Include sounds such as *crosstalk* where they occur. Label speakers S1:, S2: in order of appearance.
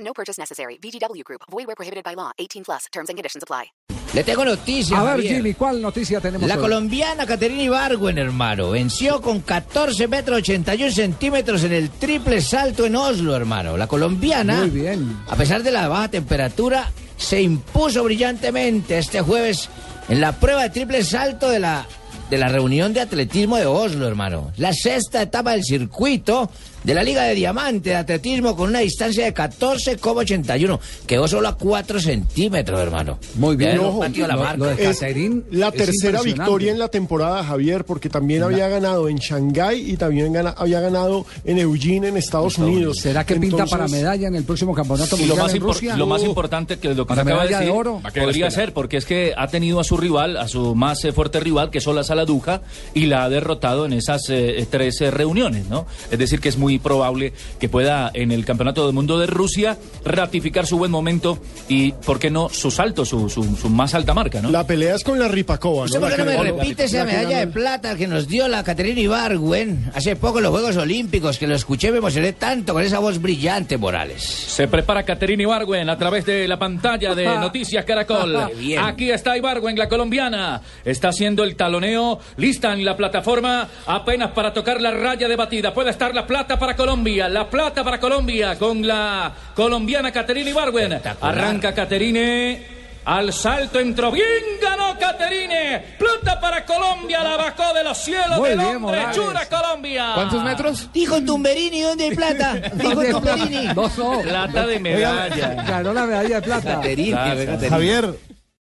S1: No purchase necessary. VGW Group. Void where prohibited by law. 18 plus. Terms and conditions apply.
S2: Le tengo noticias.
S3: A ver,
S2: Javier.
S3: Jimmy, ¿cuál noticia tenemos?
S2: La
S3: hoy?
S2: colombiana Caterina Ibargüen, hermano, venció con 14 metros 81 centímetros en el triple salto en Oslo, hermano. La colombiana,
S3: Muy bien.
S2: a pesar de la baja temperatura, se impuso brillantemente este jueves en la prueba de triple salto de la, de la reunión de atletismo de Oslo, hermano. La sexta etapa del circuito de la Liga de Diamante de Atletismo con una distancia de 14,81. Quedó solo a 4 centímetros, hermano.
S3: Muy bien.
S2: Ya
S3: Ojo,
S2: no batió la
S3: lo-
S2: marca.
S3: lo de
S4: Es
S3: Caterín
S4: la
S3: es
S4: tercera
S3: impresionante.
S4: victoria en la temporada, Javier, porque también había ganado en Shanghái y también gana- había ganado en Eugene, en Estados Unidos.
S3: ¿Será que pinta
S4: Entonces,
S3: para medalla en el próximo campeonato
S5: Y lo
S3: mundial
S5: más,
S3: en
S5: impor-
S3: Rusia?
S5: lo
S3: *laughs*
S5: más
S3: Uh,
S5: importante que lo que
S3: Para
S5: usted acaba de
S3: medalla de
S5: decir
S3: oro. Va a
S5: podría ser, porque es que ha tenido a su rival, a su más eh, fuerte rival, que es Ola Saladuja, y la ha derrotado en esas eh, tres eh, reuniones, ¿no? Es decir, que es muy probable que pueda en el Campeonato del Mundo de Rusia ratificar su buen momento y, ¿por qué no, su salto, su, su- su más alta marca, ¿no?
S4: La pelea es con la Ripakova,
S2: ¿Usted
S4: ¿no?
S2: por qué
S4: La
S2: no me
S4: que-
S2: repite esa
S4: la que
S2: medalla de
S4: ganó-
S2: plata que nos dio la Caterina Ibargüen hace poco en los Juegos Olímpicos? Que lo escuché, me emocioné tanto con esa voz brillante, Morales.
S5: Se prepara Caterina Ibargüen a través de la pantalla de Noticias Caracol.
S2: Qué bien.
S5: Aquí está Ibargüen, la colombiana. Está haciendo el taloneo, lista en la plataforma, apenas para tocar la raya de batida. Puede estar la plata para Colombia, la plata para Colombia con la colombiana Caterina Ibargüen.
S2: Espectacular.
S5: Arranca Caterine. Al salto entró bien, ganó Caterine. Plata para Colombia, la bajó de los cielos
S3: Muy
S5: del
S3: bien,
S5: hombre.
S3: Morales.
S5: Chura Colombia. ¿Cuántos metros?
S2: Dijo Tumberini, ¿dónde hay
S5: *laughs*
S2: plata? Dijo
S3: ¿dónde está?
S2: Tumberini.
S3: No, no.
S5: Plata de medalla.
S3: Ganó la medalla de plata.
S2: Caterina,
S5: Gracias.
S2: Caterina.
S6: Javier,